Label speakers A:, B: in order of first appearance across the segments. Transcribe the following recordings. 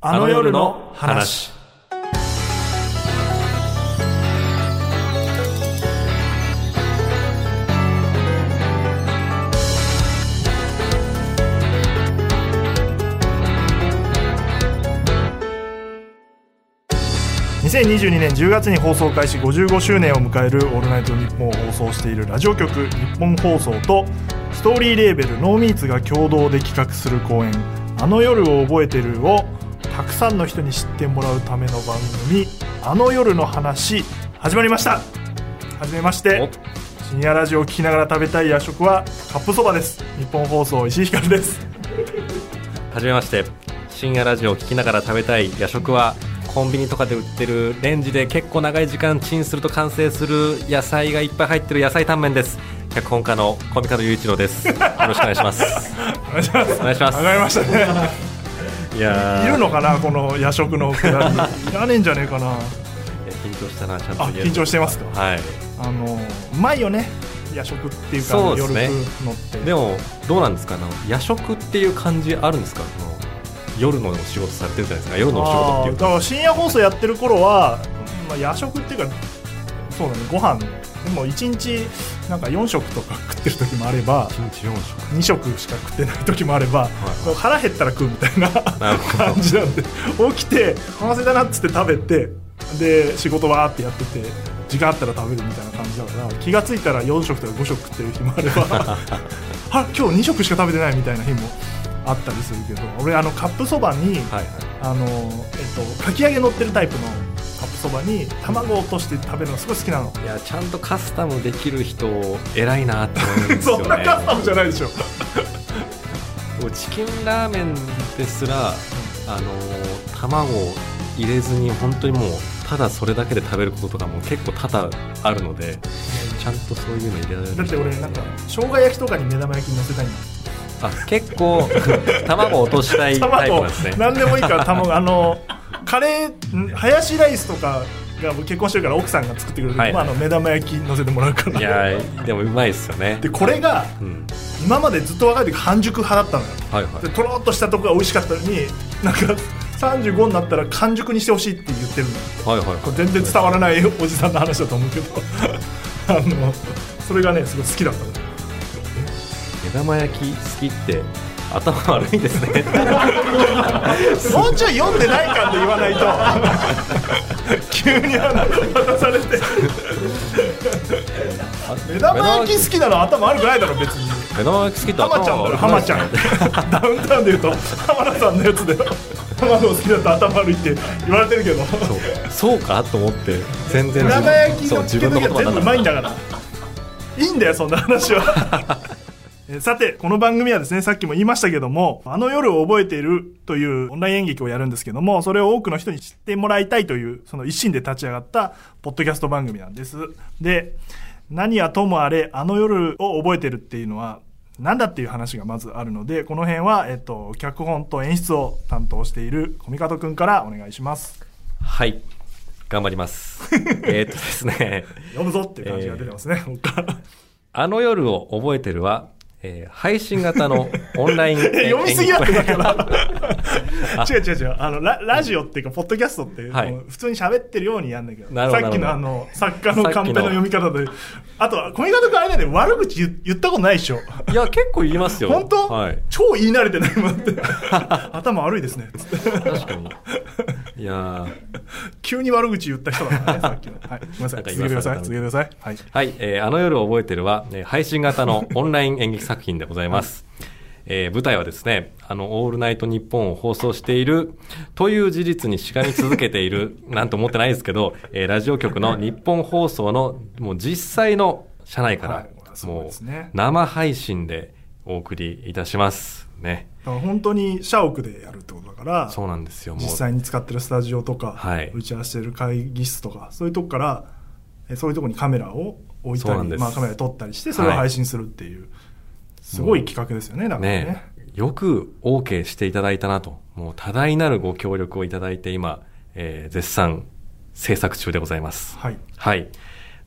A: あの夜の話。2022年10月に放送開始55周年を迎える「オールナイトニッポン」を放送しているラジオ局日本放送とストーリーレーベルノーミーツが共同で企画する公演「あの夜を覚えてる」をたくさんの人に知ってもらうための番組「あの夜の話」始まりましたはじめまして深夜ラジオを聴きながら食べたい夜食はカップそばです日本放送石井ひかるです
B: はじめまして深夜ラジオを聞きながら食べたい夜食はコンビニとかで売ってるレンジで結構長い時間チンすると完成する野菜がいっぱい入ってる野菜タンメンです脚本家のコミカド雄一郎ですよろしくお願いします
A: お願いします
B: お願いします
A: 上がりましたね
B: いや
A: い
B: ー
A: るのかなこの夜食のく だりいらねえんじゃねえかない
B: や緊張したなちゃんと
A: あ
B: 言える
A: 緊張してますか
B: はい
A: あのうまいよね夜食っていうか
B: そうですね
A: 夜食のって
B: でもどうなんですかあの夜食っていう感じあるんですかその夜のお仕事されてるじゃないですか夜のお仕事ってい
A: あー
B: う
A: だ
B: か
A: から深夜放送やってる頃は、まあ、夜食っていうかそうだねご飯でも1日なんか4食とか食ってる時もあれば
B: 一日4食
A: 2食しか食ってない時もあれば、もう腹減ったら食うみたいな
B: なるほど
A: 感じなんで起きてお腹空いたなっつって食べてで仕事わーってやってて時間あったら食べるみたいな感じだから気がついたら4食とか5食食ってる日もあれ ばあ今日2食しか食べてないみたいな日もあったりするけど俺あのカップそばに、
B: はいはい
A: あのえっと、かき揚げ乗ってるタイプのカップそばに卵を落として食べるのがすごい好きなの。
B: いやちゃんとカスタムできる人偉いなって思うんです よ
A: そ
B: ね
A: んなカスタムじゃないでしょ。
B: チキンラーメンですら、あのー卵を入れずに本当にもうただそれだけで食べることとかも結構多々あるのでちゃんとそういうの入れられる
A: だって俺なんか生姜焼きとかに目玉焼き乗せたいんだ。
B: あ結構 卵落としたいタイプなん
A: 卵
B: ですね
A: 何でもいいから 卵あのカレーんハヤシライスとかが結婚してるから奥さんが作ってくれるけど、
B: はい
A: まあ、あの目玉焼き乗せてもらうから
B: いやーでもうまいですよね
A: でこれが
B: うん
A: 今までずっと若い時半熟派だったのよ
B: はいはい
A: でとろっとしたとこが美味しかったのになんか35になったら完熟にしてほしいって言ってるのよ
B: はいはい
A: こ
B: は
A: れ全然伝わらないおじさんの話だと思うけど あのそれがねすごい好きだったの
B: い目玉焼き好きって頭悪 いですね
A: もうちょい読んでない感で言わない と急にあの渡されて目玉焼き好きなの頭悪くないだろ別に
B: 目玉焼き好きって
A: 浜
B: 頭
A: ちゃんだろ浜ちゃん ダウンタウンで言うと浜田さんのやつで浜の好きだと頭悪いって言われてるけど
B: そうかと思って全然
A: 目
B: 自
A: 玉
B: 分
A: 焼き
B: そう
A: のつ
B: 自
A: け
B: 分の
A: 時
B: 言葉
A: は全部
B: だな
A: うまいんだからいいんだよそんな話は えさてこの番組はですねさっきも言いましたけども「あの夜を覚えている」というオンライン演劇をやるんですけどもそれを多くの人に知ってもらいたいというその一心で立ち上がったポッドキャスト番組なんですで何はともあれ「あの夜を覚えてる」っていうのはなんだっていう話がまずあるのでこの辺は、えっと、脚本と演出を担当している小見門くんからお願いします
B: はい頑張ります えーっとですね
A: 読むぞっていう感じが出てますね、ここから
B: 「あの夜を覚えてるは」えー配信型のオンライン
A: え 読みすぎだってだ から
B: あ
A: 違う違う違うあのララジオっていうかポッドキャストって、
B: はい
A: もう普通に喋ってるようにやんだけど
B: なるほど
A: さっきの
B: な
A: あ
B: るほど
A: の作家のカンペの
B: さっき
A: 読
B: の
A: み方であとは小見方君あれなんで悪口言言ったことないでしょ
B: いや結構言いますよ
A: 本当、
B: はい
A: 超言い慣れてないもんって 頭悪いですねつって
B: 確かにいやー
A: 急に悪口言った人だからねさっきの、はい、ごめんなさ
B: ないん
A: 続け
B: か言
A: て
B: わ
A: くださ
B: さ
A: い
B: れた
A: 続けてくださいはい
B: はい、えーあの夜を覚えてるは、えー配信 型のオンライン演劇作品でございます。えー舞台はですね、あの、オールナイトニッポンを放送している、という事実にしがみ続けている、 なんと思ってないですけど、えーラジオ局の日本放送の、もう実際の社内から、
A: はいそう
B: も
A: ですね
B: う、生配信でお送りいたします。ね。
A: だから本当に社屋でやるってことだから
B: そうなんですよ、もう。
A: 実際に使ってるスタジオとか、
B: はい
A: 打ち合わせてる会議室とかそういうとこからえそういうとこにカメラを置い
B: そう
A: た
B: なん
A: り、
B: です
A: まあ、カメラで撮ったりしてそれを配信するっていう、すごい企画ですよねだからね
B: ねよく OK していただいたなと、もう多大なるご協力をいただいて今、えー絶賛制作中でございます。
A: はい
B: はい。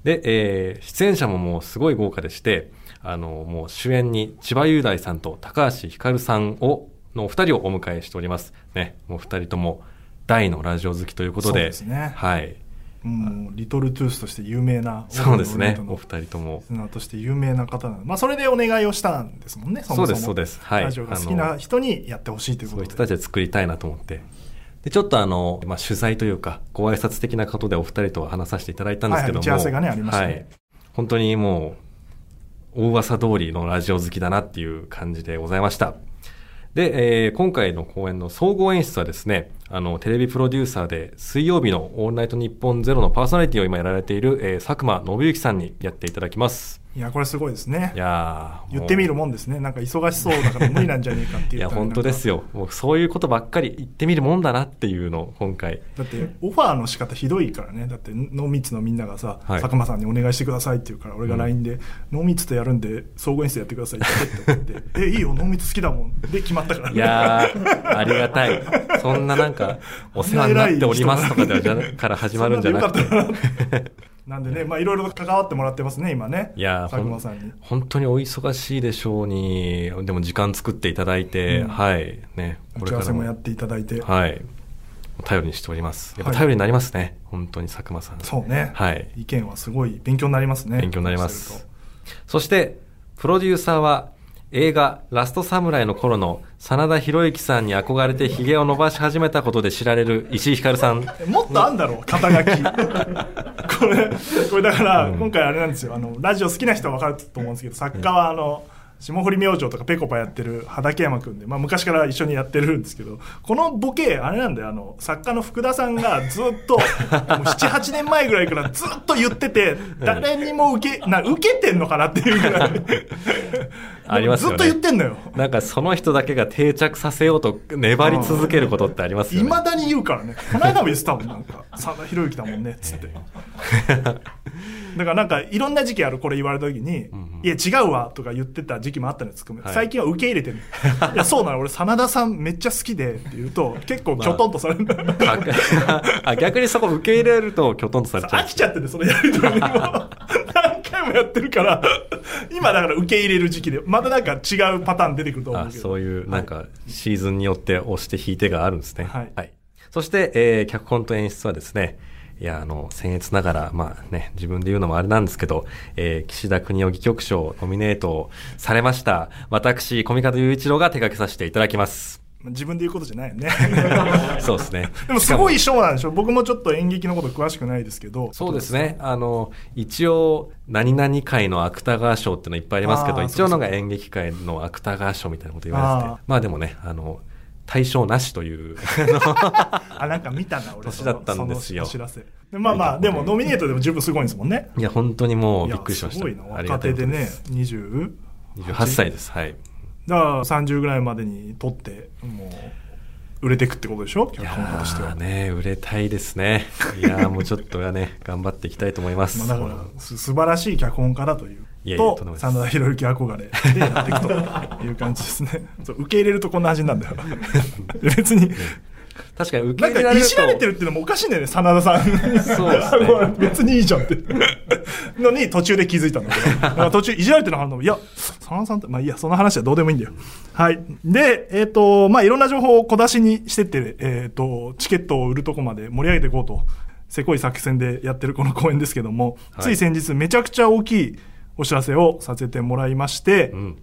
B: で、えー出演者ももうすごい豪華でして、あの、もう主演に千葉雄大さんと高橋ひかるさんをのお二人をお迎えしております。ね、もう二人とも大のラジオ好きということで、
A: そうですね
B: はい。
A: もうリトルトゥースとして有名な
B: そうです
A: オ
B: ね、
A: ールナイトの
B: お二人とも
A: リス。ナーとして有名な方なので、まあ、それでお願いをしたんですもんねもも
B: そうですそうですはい
A: ラジオが好きな人にやってほしいというこ
B: そ
A: と
B: ういう
A: で
B: 人たちで作りたいなと思って。で、ちょっとあの、まあ、取材というか、ご挨拶的なことでお二人とは話させていただいたんですけども。
A: はいはい打ち合わせがねありましたね
B: はい本当にもう、大噂通りのラジオ好きだなっていう感じでございました。で、えー今回の公演の総合演出はですね、あの、テレビプロデューサーで、水曜日のオールナイトニッポンゼロのパーソナリティを今やられている、えー佐久間信之さんにやっていただきます。
A: いやこれすごいですね
B: いやー
A: 言ってみる
B: もう
A: もんですねなんか忙しそうだから無理なんじゃねえかってい
B: いうや、本当です
A: よ
B: よ。もうそういうことばっかり言ってみるもんだなっていうのを今回。
A: だってオファーの仕方ひどいからねだって濃密のみんながさ、
B: はい
A: 佐久間さんにお願いしてくださいって言うから俺が LINE で「濃密とやるんで総合演出やってください」って言ってえいいよ濃密好きだもん」で決まったからね
B: いや ー、ありがたい。そんななんか、お世話になっておりますとかではじゃなから始まるんじゃなく
A: そんなんでよか
B: て。
A: ったななんでね、まあ、いろいろ関わってもらってますね、今ね。
B: いやー
A: 佐久
B: ほ
A: 間
B: ん
A: さんに。
B: 本当にお忙しいでしょうに、でも時間作っていただいて、
A: うん
B: はい、ね、
A: 打ち合わせもや
B: っ
A: っていただいて。
B: はい、頼りにしております。やっぱ
A: はい
B: 頼りになりますね、本当に佐久間さん。
A: そうね。
B: はい
A: 意見はすごい勉強になりますね。
B: 勉強になりま
A: そうる
B: す
A: と。
B: そして、プロデューサーは、映画、ラストサムライの頃の、真田広之さんに憧れて髭を伸ばし始めたことで知られる石井ひかるさん。
A: えもっとあんだろう、肩書 き。これ、これだから、今回あれなんですよ。あの、ラジオ好きな人は分かると思うんですけど、作家はあの、霜降り明星とかペコパやってる畠山くんで、まあ昔から一緒にやってるんですけど、このボケ、あれなんだよ、あの、作家の福田さんがずっ と、もう7、8年前ぐらいからずっと言ってて、誰にも受け、な、受けてんのかなっていうぐらい。
B: ありますよね
A: ずっと言ってんのよ。
B: なんかその人だけが定着させようと粘り続けることってありますよ
A: い
B: ね。
A: まだに言うからねこの間も言ってたもんなんか「真田広之だもんね」っ つってだからなんかいろんな時期あるこれ言われた時に「いや違うわ」とか言ってた時期もあったのですけど、
B: はい
A: 最近は受け入れ てる「いやそうなの俺真田さんめっちゃ好きで」って言う と結構きょとんとされる、
B: ああ逆にそこ受け入れるときょとんとされち ゃ
A: 飽きちゃっててそのやり取りも 何回もやってるから 今だから受け入れる時期でまたなんか違うパターン出てくると
B: う。
A: 思う
B: あ
A: けど
B: そういうなんかシーズンによって押して引いてがあるんですね。
A: はい
B: そして、えー脚本と演出はですね、いや、あの、僭越ながら、まあね、自分で言うのもあれなんですけど、えー岸田国夫戯曲賞ノミネートされました。私、小見方雄一郎が手掛けさせていただき ます。
A: 自分で言うことじゃない よね
B: そうですね。
A: でもすごい賞なんでしょ僕もちょっと演劇のこと詳しくないですけど
B: そうですね。あの、一応、何々会の芥川賞ってのいっぱいありますけど、
A: あー
B: 一応のが
A: そうそう
B: 演劇界の芥川賞みたいなこと言われて
A: あー
B: て、まあでもね、あの、対象なしという、
A: あなんか見たな俺
B: 年だったんですよ
A: そのお知らせでまあまあでもノミネートでも十分すごいんですもんね
B: いや、本当にもう
A: い
B: び
A: や
B: っくりしまし
A: す
B: た。
A: ごいな
B: ありが
A: 若
B: たい
A: 手
B: こと
A: でね
B: す。
A: 20
B: 28歳です。はい。
A: だから30ぐらいまでに取ってもう売れてくってことでしょ
B: い
A: 脚
B: や
A: 本家としては
B: ーね、売れたいですね。いやーもうちょっとはね、頑張っていきたいと思います。
A: まあ、だからす素晴らしい脚本家だという
B: いやいや
A: と
B: とんでもないです
A: 真田広之憧れでやっていくという感じですね そう受け入れるとこんな味になるんだ よ別に
B: 確かに受け
A: なんから
B: 入れ
A: い
B: れる
A: じられて
B: と
A: るっていうのもおかしいんだよね、真田さん。
B: そうですね
A: あの 別にいいじゃんって。のに途中で気づいたんだけど。だから途中いじられてるのかなと思ういや、真田さんって、まあいいや、その話はどうでもいいんだよ。はい。で、えっ、と、まあいろんな情報を小出しにしてって、えっ、と、チケットを売るとこまで盛り上げていこうと、せこい作戦でやってるこの公演ですけども、
B: はい
A: つい先日めちゃくちゃ大きいお知らせをさせてもらいまして、
B: うん。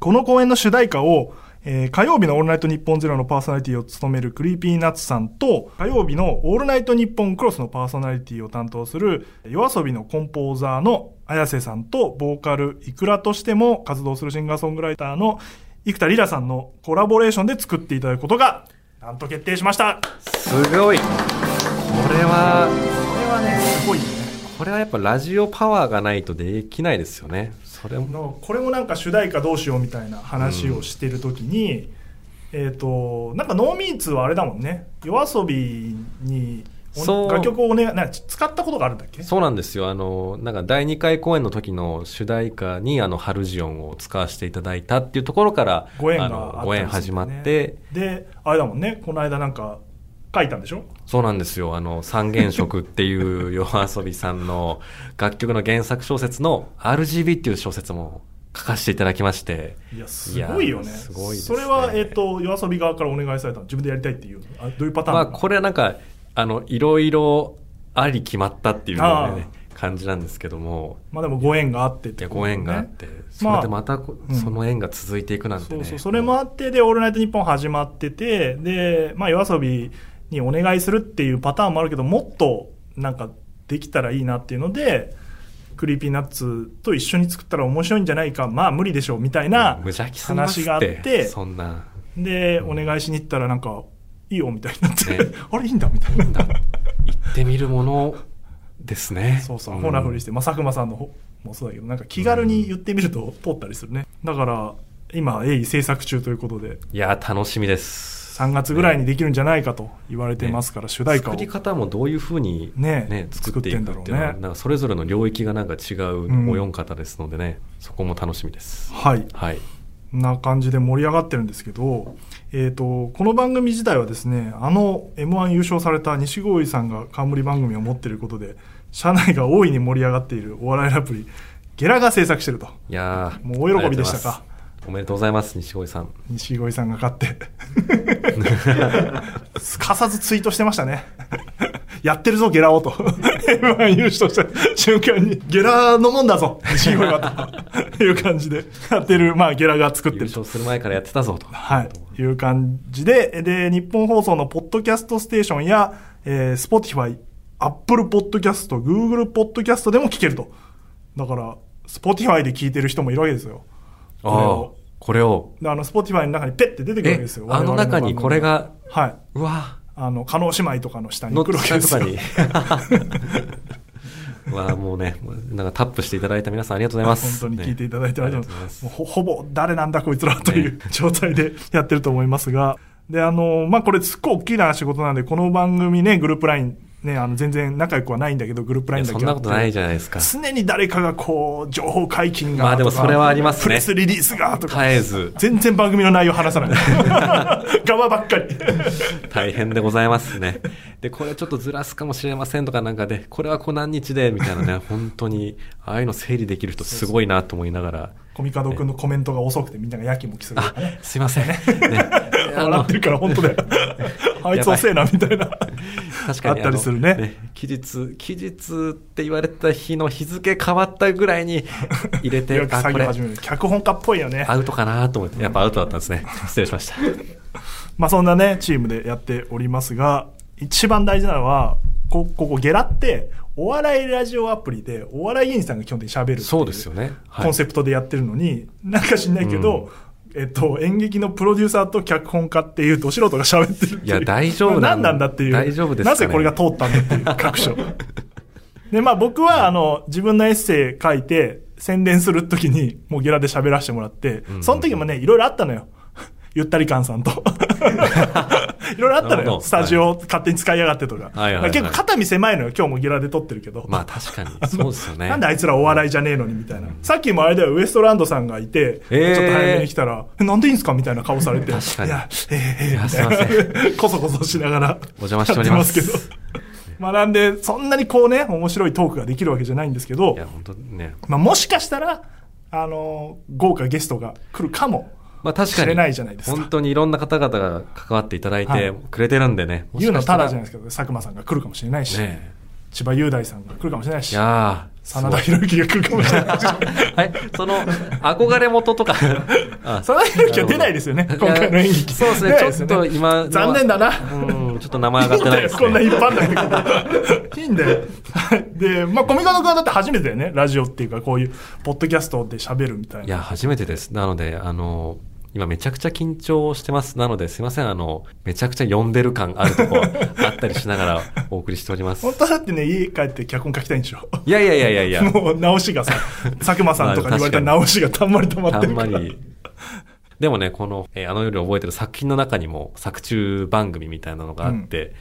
A: この公演の主題歌を、えー火曜日の「オールナイトニッポンゼロのパーソナリティを務めるクリーピーナッツさんと火曜日の「オールナイトニッポンクロス」のパーソナリティを担当する夜遊びのコンポーザーの綾瀬さんとボーカルイクラとしても活動するシンガーソングライターの生田リラさんのコラボレーションで作っていただくことがなんと決定しましたこ
B: すごいこれは、
A: れはねすごいよね
B: これはやっぱラジオパワーがないとできないですよね。それも。
A: のこれもなんか主題歌どうしようみたいな話をしてる時に、えっ、となんかノーミーツはあれだもんね夜遊びに
B: そう
A: お楽曲をお願いなんか使ったことがあるんだっけ
B: そうなんですよ。あの、なんか第2回公演の時の主題歌に、あの、ハルジオンを使わせていただいたっていうところから、
A: ご縁が
B: あ
A: あった
B: の
A: り
B: ご縁始まって、
A: であれだもんねこの間なんか書いたんでしょ
B: そうなんですよ。あの、三原色っていう夜遊びさんの楽曲の原作小説の RGB っていう小説も書かせていただきまして。
A: いや、すごいよね。
B: いやすごいです
A: そ
B: ね
A: れは、えっ、と、夜遊び側からお願いされたの自分でやりたいっていう。あどういうパターン
B: ま
A: な
B: あ、
A: の、
B: これはなんか、あの、いろいろあり決まったっていうようなね
A: あ
B: 感じなんですけども、
A: まあでもご縁があってっ
B: い
A: て
B: や、
A: こと
B: ご
A: だよね、
B: 縁があって、そ
A: ま
B: れ
A: あ
B: でまたこ、
A: うん
B: その縁が続いていくなんて
A: そ
B: ね。
A: うそう、それもあって、で、オールナイトニッポン始まってて、で、まあ夜遊びにお願いするっていうパターンもあるけど、もっとなんかできたらいいなっていうので、クリーピーナッツと一緒に作ったら面白いんじゃないか、まあ無理でしょうみたいな
B: 無邪気すぎます
A: 話
B: っ、
A: があってて、
B: そんな。
A: で、お願いしに行ったらなんか、いいよみたいになって、
B: ね
A: あれいいんだみたいな。
B: 行ってみるものですね。
A: そうそう、
B: ん
A: ほなふりして、まあ、佐久間さんの方もそうだけど、なんか気軽に言ってみると通ったりするね。だから、今、鋭意制作中ということで、
B: いや、楽しみです。
A: 3月ぐらいにできるんじゃないかと言われてますから、主題歌を
B: 作。り方もどういうふうに、ね
A: ね
B: 作っていくっていうの
A: 作ってんだ
B: は
A: ろうね
B: なんかそれぞれの領域がなんか違う
A: うん
B: お四方ですのでね、そこも楽しみです。
A: はい。
B: はい。
A: な感じで盛り上がってるんですけど、えっ、と、この番組自体はですね、あの M1 優勝された西郷さんが冠番組を持っていることで、社内が大いに盛り上がっているお笑いラプリ、ゲラが制作してると。
B: いやー
A: もう大喜びでしたか。
B: ありがとうございますおめでとうございます、西鯉さん。
A: 西鯉さんが勝って。すかさずツイートしてましたね。やってるぞ、ゲラをと。M1 優勝した瞬間に、ゲラのもんだぞ、西鯉はと。いう感じで、やってる、まあ、ゲラが作って
B: 優
A: ると。
B: 勝する前からやってたぞと。
A: はい。いう感じで、で、日本放送のポッドキャストステーションや、えー、Spotify、Apple Podcast、Google Podcast でも聞けると。だから、Spotify で聞いてる人もいるわけですよ。
B: ああ、これを。
A: であの、Spotify の中にペッて出てくるわけ
B: え
A: ですよ。、
B: あの
A: 我
B: 中
A: 々番組
B: にこれ。が、
A: はい。
B: うわ
A: あの、加納姉妹とかの下に
B: 乗
A: 来
B: っ
A: るわけ
B: た
A: で
B: と
A: す
B: か
A: よ。
B: に。 うわあもうね、なんかタップしていただいた皆さんありがとうございます。
A: 本当に聞いていただいてあ
B: ね
A: りがとうございます。もうほほぼ誰なんだこいつらという、
B: ね
A: 状態でやってると思いますが、で、あの、まあ、これすっごい大きな仕事なんで、この番組ね、グループライン、ね、あの、全然仲良くはないんだけど、グループラインだけ
B: いやそんなことないじ
A: ゃん。
B: ゃないですか。
A: 常に誰かがこう、情報解禁がとか。
B: まあでもそれはあります
A: プ
B: ね
A: レスリリースがと
B: 絶
A: か。
B: えず、
A: 全然番組の内容話さない。 側ばっかり。
B: 大変でございますね。で、これちょっとずらすかもしれませんとかなんかで、これはこう何日で、みたいな ね、本当に、ああいうの整理できる人すごいなと思いなが ら、
A: コミカド君のコメントが遅くてみんながやきもきすると
B: あ
A: かね。、
B: すいません。ね、あ
A: 笑
B: の
A: ってるから本当だよ。 あいつ遅えな、みたいな。
B: 確かに
A: あったりするね
B: あの期日期日って言われた日の日付変わったぐらいに入れて
A: よく
B: あ
A: 作
B: こ
A: 業
B: れ
A: 始める。脚本家っぽいよね。
B: アウトかなと思ってやっぱアウトだったんですね失礼しま した
A: まあそんなね、チームでやっておりますが、一番大事なのは、こ、ここゲラって、お笑いラジオアプリで、お笑い芸人さんが基本的に喋るってい
B: そうですよね、はい
A: コンセプトでやってるのに、なんか知んないけど、えっと、演劇のプロデューサーと脚本家っていうど素人が喋ってるっていう。
B: いや大 丈夫
A: な
B: な
A: んんなんだっていう。
B: 大丈夫ですかね
A: なぜこれが通ったんだっていう各所。で、まあ僕は、あの、自分のエッセイ書いて、宣伝するときに、もうゲラで喋らせてもらって、
B: ん
A: その時もね、いろいろあったのよ。ゆったり感さん と。いろいろあった
B: な
A: の
B: るほど
A: よ。スタジオ勝手に使いやがってとか。
B: はいはいは
A: だ
B: い
A: から結構肩身狭いのよ。今日もゲラで撮ってるけど。
B: まあ確か にそうですよね
A: なんであいつらお笑いじゃねえのにみたいな。さっきもあれだよ、ウエストランドさんがいて、
B: えー
A: ちょっと早めに来たら、えなんでいいんすかみたいな顔されて。
B: 確かに
A: いや、ええ
B: い
A: え
B: や
A: え
B: すいません
A: みたいなこそこそしながら。
B: お邪魔しております
A: やってますけど。まあなんで、そんなにこうね、面白いトークができるわけじゃないんですけど
B: いや、本当ね
A: まあもしかしたら、あのー豪華ゲストが来るかも。
B: まあ確かに
A: 知れないじゃないですか
B: 本当にいろんな方々が関わっていただい
A: は
B: て
A: い
B: くれてるんでね、も
A: 言うの
B: しか
A: は
B: した
A: た
B: ら
A: だじゃないですけど、佐久間さんが来るかもしれないし、
B: ね
A: 千葉雄大さんが来るかもしれない
B: い
A: し、
B: やー
A: 真田広之が来るかもしれないし。
B: はい、その憧れ元とかあ
A: 真田広之は出ないですよね、
B: なるほ
A: 今
B: ど
A: 回の演劇。
B: いやそうです
A: 出
B: ね
A: ない
B: ちょっと今のは
A: 残念だな。
B: うんちょっと名前上がってないです、ね、
A: いいんだよこんな一般だけど。いいんだよ。はいで、まあ、コミカド君はだって初めてだよね、ラジオっていうか、こういう、ポッドキャストで喋るみたい
B: い
A: な。
B: や、初めてです。なので、あの、今めちゃくちゃ緊張してます。なので、すいません。あの、めちゃくちゃ呼んでる感あるとこあったりしながらお送りしております。
A: 本当はだってね、家帰って脚本書きたいんでしょ。
B: いやいやいやいやいや。
A: もう直しがさ、佐久間さんとかに言われた
B: まあ
A: 直しがたんまり溜まったて
B: ん
A: るか
B: ま
A: ら。
B: り。 でもね、この、えーあの夜覚えてる作品の中にも、作中番組みたいなのがあって、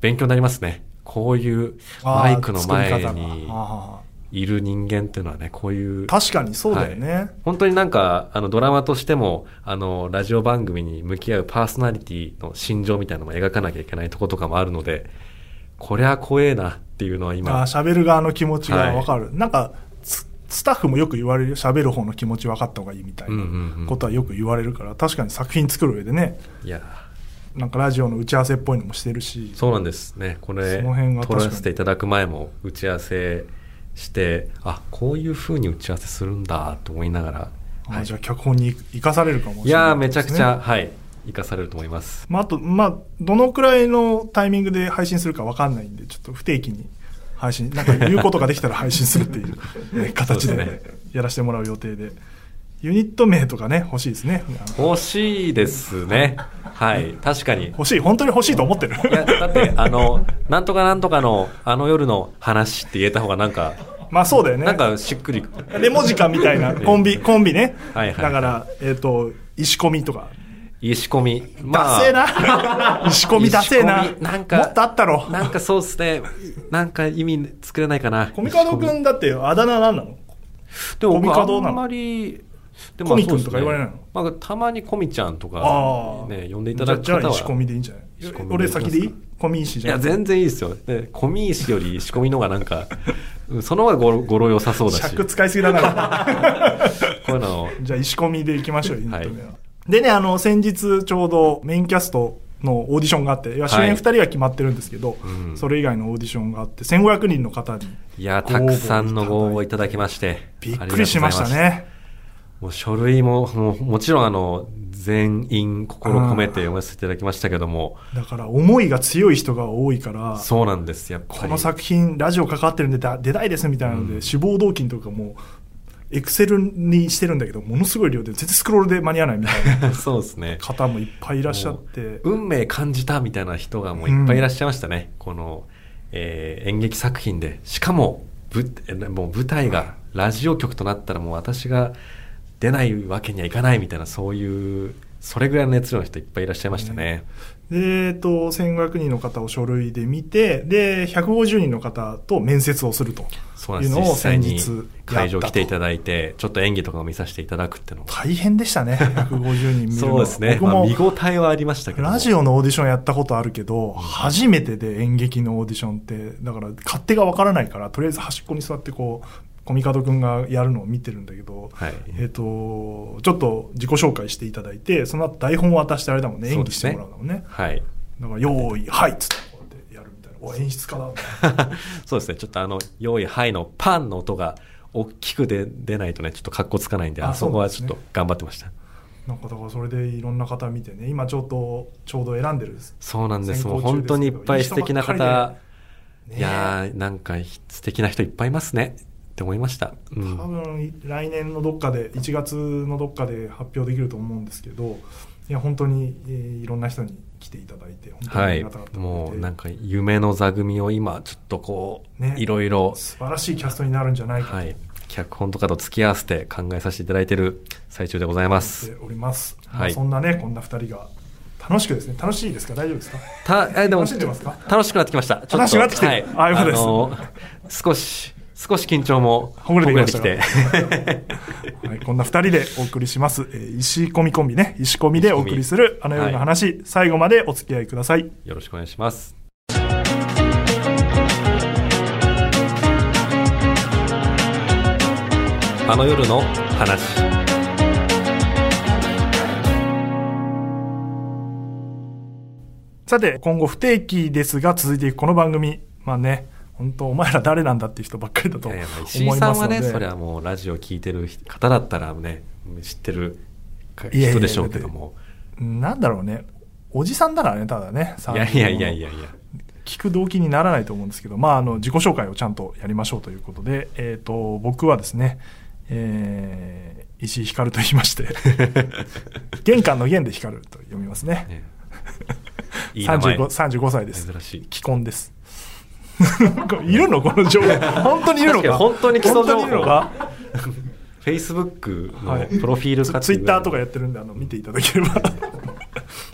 B: 勉強になりますね。こういう
A: あー
B: マイクの前
A: 作り方
B: に
A: があ
B: いる人間っていうのはね、こういう
A: ー。確かにそうだよね。
B: はい本当になんか、あの、ドラマとしても、あの、ラジオ番組に向き合うパーソナリティの心情みたいなのも描かなきゃいけないとことかもあるので、こりゃ怖えなっていうのは
A: あ
B: 今、
A: ー喋る側の気持ちがわかる。なんか、つスタッフもよく言われる、喋る方の気持ち分かった方がいいみたい
B: うんう
A: なん
B: うん
A: ことはよく言われるから、確かに作品作る上でね、
B: いや
A: なんかラジオの打ち合わせっぽいのもしてるし、
B: そうなんですねこれ
A: その辺が確
B: 撮
A: からに
B: せていただく前も打ち合わせしてあこういうふうに打ち合わせするんだと思いながら、
A: あ
B: はい、
A: じゃあ脚本に生かされるかもし
B: い
A: れない、
B: やーめちゃくちゃ、。はい生かされると思います
A: まあ、あと、まあ、どのくらいのタイミングで配信するか分かんないんで、ちょっと不定期に配信、なんか言うことができたら配信するっていうえ ー形
B: そう
A: で
B: です
A: やらせてもらう予定で。ユニット名とかね、欲しいですね。あの
B: 欲しいです ねはい確かに
A: 欲しい、本当に欲しいと思ってる。
B: いやだってあのなんとかなんとかのあの夜の話って言えた方がなんか
A: まあそうだよね。
B: なんかしっくり
A: レモジカみたいなコンビ、コンビね。
B: はいはい
A: だから、えっ、と、石込みとか。
B: いい仕込み
A: ダセえ な。石込みダセえな。
B: 石込みなんか
A: もっとあったろ。
B: なんかそうですねなんか意味作れないかな
A: コミカドくんだってあだ名なんなの
B: でも僕
A: コミカドなの
B: あんまりで
A: コミ君とか言われないの
B: そうですねまあ、たまにコミちゃんと
A: あ
B: か
A: あ、
B: ね呼んでいただく
A: じゃあ
B: 方
A: じゃあ
B: は
A: 石込みでいいんじゃない
B: 石込みで
A: 俺先でい
B: い
A: い
B: きます
A: 込み石
B: い
A: じゃ
B: や
A: ん
B: 全然いいですよでコミ石より仕込みの方がなんかうんその方が語呂語呂良さそうだし
A: 尺
B: こ
A: 使いすぎだ な
B: ういうのを
A: じゃあ石込みでいきましょうユニット名は
B: は
A: でねあの先日ちょうどメインキャストのオーディションがあっていや主
B: は
A: 演2
B: い
A: 人は決まってるんですけど、
B: うん
A: それ以外のオーディションがあって1500人の方に
B: いやたくさんのご応募いただきまして
A: びっくりしました
B: ありがとうござい
A: ね
B: ますもう書類ももうもちろんあの全員心込めて読ませていただきましたけども
A: だから思いが強い人が多いから
B: そうなんですやっぱり
A: この作品ラジオかかってるんでだ出たいですみたいなので、
B: うん
A: 志望動機とかもエクセルにしてるんだけどものすごい量で全然スクロールで間に合わないみたい な
B: そうですね
A: 方もいっぱいいらっしゃって
B: 運命感じたみたいな人がもういっぱいいらっしゃいましたね、この、えー演劇作品でしかもぶえもう舞台がラジオ局となったらもう私が出ないわけにはいかないみたいなそういうそれぐらいの熱量の人いっぱいいらっしゃいましたね、
A: で、えっと、1500人の方を書類で見てで150人の方と面接をすると
B: そうなん
A: い
B: で
A: う
B: す
A: の
B: 実
A: を先
B: 際
A: 日や
B: に会
A: った
B: 場
A: と
B: 来ていただいてちょっと演技とかを見させていただくっていうのも
A: 大変でしたね150人見るの
B: そうですね、
A: 僕
B: まあ、
A: も
B: 見応えはありましたけども
A: ラジオのオーディションやったことあるけど、初めてで演劇のオーディションって、だから勝手がわからないから、とりあえず端っこに座ってこう、コミカドくんがやるのを見てるんだけど、
B: はい
A: えっ、と、ちょっと自己紹介していただいて、その後台本渡してあれだもんね、
B: そ
A: 演
B: う
A: 技
B: で
A: し
B: す
A: て
B: ね
A: もらうだもんね。
B: はい
A: だから、用意、はいっつってこうやってやるみたいな。お、演出家だ。
B: そうですね、ちょっとあの、用意、はいのパンの音が大きくで出ないとね、ちょっと格好つかないんで、
A: あ
B: あそこは
A: そう
B: ちょ
A: なん
B: っ
A: で
B: と
A: すね
B: 頑張ってました。
A: なんかだからそれでいろんな方見てね、今ちょっと、ちょうど選んでるんです。
B: そうなんです。
A: 先行
B: もう
A: 中です
B: 本当にいっぱい素敵な
A: けどいい人ばっ
B: 方
A: か、りでね
B: いやー、なんか素敵な人いっぱいいますねって思いました。う
A: 多
B: ん。
A: 分来年のどっかで1月のどっかで発表できると思うんですけどいや本当に、えーいろんな人に来ていただいて本当にあ
B: は
A: り
B: い
A: がたかっ。た
B: もうなん
A: か
B: か夢の座組を今、ちょっとこう、
A: ね
B: いろいろ、
A: 素晴らしいキャストになるんじゃないかと
B: は
A: 思っ
B: い、脚本とかと付き合わせて考えさせていただいてる最中でございます
A: て。おります、ま
B: は
A: あ、
B: い
A: そんなねこんな2人が楽しくですね楽しいですか大丈夫 ですか
B: た、えでも
A: 楽しんでますか
B: 楽しくなってきました。
A: 楽しくなってきてるあよかったです
B: す。少し、少し緊張も
A: ほぐれてきました
B: ほぐれて
A: はい、こんな2人でお送りします、えー石込みコンビね石込みでお送りする「あの夜の話、最後までお付き合いください
B: きてよろしくお願いします。あの夜の話。
A: さて、今後不定期ですが続いていくこの番組。まあね、本当お前ら誰なんだっていう人ばっかりだと
B: いや
A: 思
B: い
A: いますので。
B: や石井さんはね、それはもうラジオ聞いてる方だったらね、知ってる
A: いやいやいや
B: 人でしょうけども。
A: なんだろうね。おじさんだからね、ただね。
B: いやいやいやいやいや。
A: 聞く動機にならないと思うんですけど、まあ、あの、自己紹介をちゃんとやりましょうということで、えっ、と、僕はですね、えー、石井光と言いま して、玄関の玄で光ると読みますね。
B: ねい い名前
A: 35, 35歳です。
B: 珍しい。
A: 既婚です。いるのこの情報。本当にいるの
B: 確かに
A: か
B: 本当に基礎情報
A: 本当にいるのか
B: フェイスブック
A: は
B: の
A: い
B: プロフィール
A: ツ
B: 活
A: ツイッターとかやってるんであの見ていただければ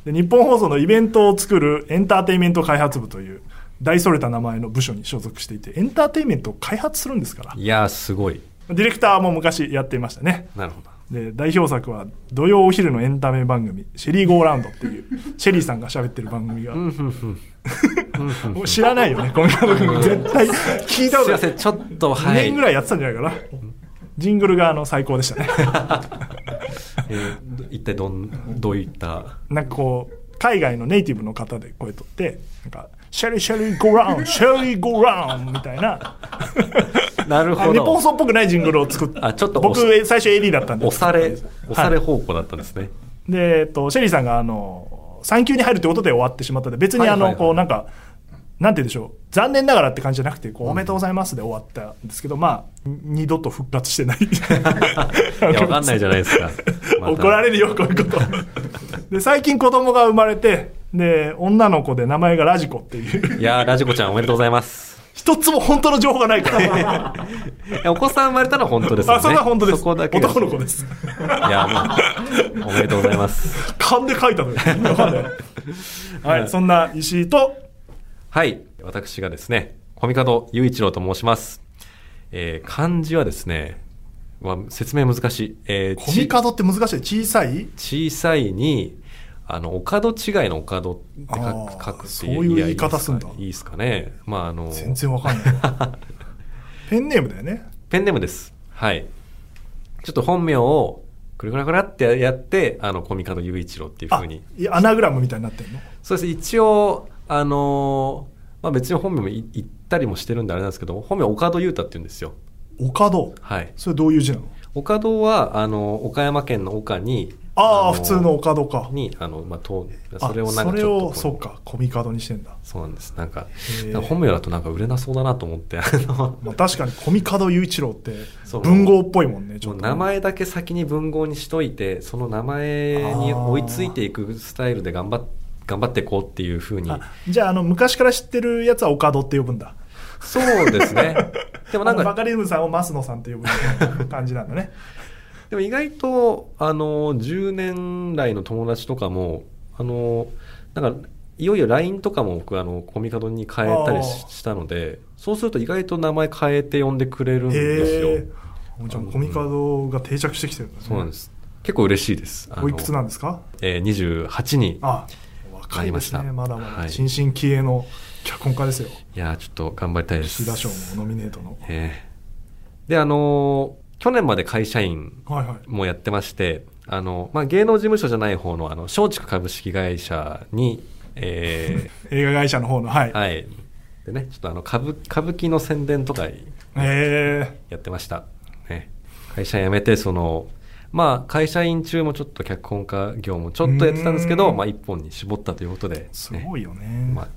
A: で日本放送のイベントを作るエンターテインメント開発部という大それた名前の部署に所属していてエンターテインメントを開発するんですから
B: いやー、すごい。
A: ディレクターも昔やっていましたね
B: なるほど。
A: で代表作は土曜お昼のエンタメ番組「シェリー・ゴーラウンド」っていうシェリーさんが喋ってる番組が
B: うんうんうん
A: もう知ら ないよね小宮君絶対聞いた
B: す
A: こと
B: いま
A: な
B: せ
A: い
B: ん、ちょっと、
A: 2
B: はい。
A: 年ぐらいやってたんじゃないかな、ジングルがあの最高で したね。
B: えーど一体どん、どういった、
A: なんかこう、海外のネイティブの方で声とって、なんか、シェリーシェリーゴラウン、シェリーゴラウンみたいな、
B: なる
A: あ
B: ほ
A: 日本
B: ど。
A: 層っぽくないジングルを作って、
B: あちょっと
A: 僕
B: 押、
A: 最初 AD だったんで
B: 押、され、押され方向だったんですね。
A: で、えっと、シェリーさんが、あの、産休に入るってことで終わってしまったんで、別にあの、
B: はいはいはい
A: こう、なんか、なんて言うんでしょう、残念ながらって感じじゃなくて、こう、おめでとうございますで終わったんですけど、まあ、に二度と復活して ない。。
B: いや、わかんないじゃないですかま た
A: 怒られるよ、こういう こと。で、最近子供が生まれて、で、女の子で名前がラジコっていう、
B: いやー、ラジコちゃんおめでとうございます。
A: 一つも本当の情報がない から。
B: いやお子さん生まれたのは本当ですよね。
A: あ、それは本当です。
B: そこだけ
A: 男の子です。
B: いや、まあ、おめでとうございます。
A: 勘で書いたの よ。 わかんないはい、そんな石井と、
B: はい。私がですね、コミカド雄一郎と申します。えー漢字はですね、は説明難しい。えー
A: コミカドって難しい。小さい
B: ち小さいに、あの、お門違いのお門って
A: あ
B: 書
A: ー
B: く書くって
A: そういう言い
B: や
A: 方すんだ
B: いいですかね。まあ、あの、
A: 全然わかん ない。ペンネームだよね。
B: ペンネームです。はい。ちょっと本名を、くるくるくるってやって、あの、コミカド雄一郎っていう
A: あ
B: ふうに。、
A: いやアナグラムみたいになってるの
B: そうです。一応、あのーまあ別に本名もい言ったりもしてるんであれなんですけど、本名は岡戸優太って言うんですよ。
A: 岡戸。
B: はい。
A: それどういう字なの
B: 岡戸は、あの、岡山県の岡に、
A: ああ、
B: の
A: 普通の岡戸か。
B: に、あの、まあ、と
A: あ
B: それをなん
A: そ
B: かち
A: れ
B: ょっとこ
A: を、そうか、コミカドにしてんだ。
B: そうなんです。なんか
A: へえ、
B: 本名だとなんか売れなそうだなと思って、あの、
A: まあ、確かにコミカド雄一郎って
B: そう
A: 文豪っぽいもんね、 ちょっと。
B: 名前だけ先に文豪にしといて、その名前に追いついていくスタイルで頑張っ頑張っていこうっていうふうに。
A: あじゃあ、あの、昔から知ってるやつは岡戸って呼ぶんだ。
B: そうですね。 でもなん
A: あのバ
B: か、
A: カリズムさんをマスノさんって呼ぶ感じなんだね。
B: でも意外と、あの、10年来の友達とかも、あの、なんか、いよいよ LINE とかも僕、あの、コミカドに変えたりし
A: あー
B: したので、そうすると意外と名前変えて呼んでくれるんですよ。
A: へえ。もうじゃあ、コミカドが定着してきてるんだね。
B: そうなんです。結構嬉しいです。あの
A: おいくつなんですか
B: えー、28に。
A: あ、若いです
B: わか
A: ね。
B: り
A: ま
B: まし
A: だ
B: た
A: ま
B: は
A: だ。
B: い
A: 新進気鋭の脚本家ですよ。
B: いやー、ちょっと頑張りたいです。
A: 岸田賞もノミネートの。
B: えーで、あのー去年まで会社員
A: はいはい。
B: もやってまして、あの、まあ、芸能事務所じゃない方の、あの、松竹株式会社に、え
A: 映画会社の方の、はい。
B: ーはい。でね、ちょっとあの、歌舞歌舞伎の宣伝とか
A: え
B: やってました。ね。会社辞めて、その、まあ、会社員中もちょっと脚本家業もちょっとやってたんですけ
A: うー
B: ど、
A: ん
B: まあ、一本に絞ったということで、ね
A: ー、すごいよね。
B: まあ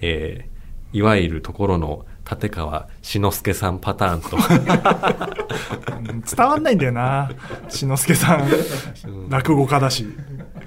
B: えーいわゆるところの立川志の輔さんパターンと
A: うん伝わんないんだよな。志の輔さん、落語家だし、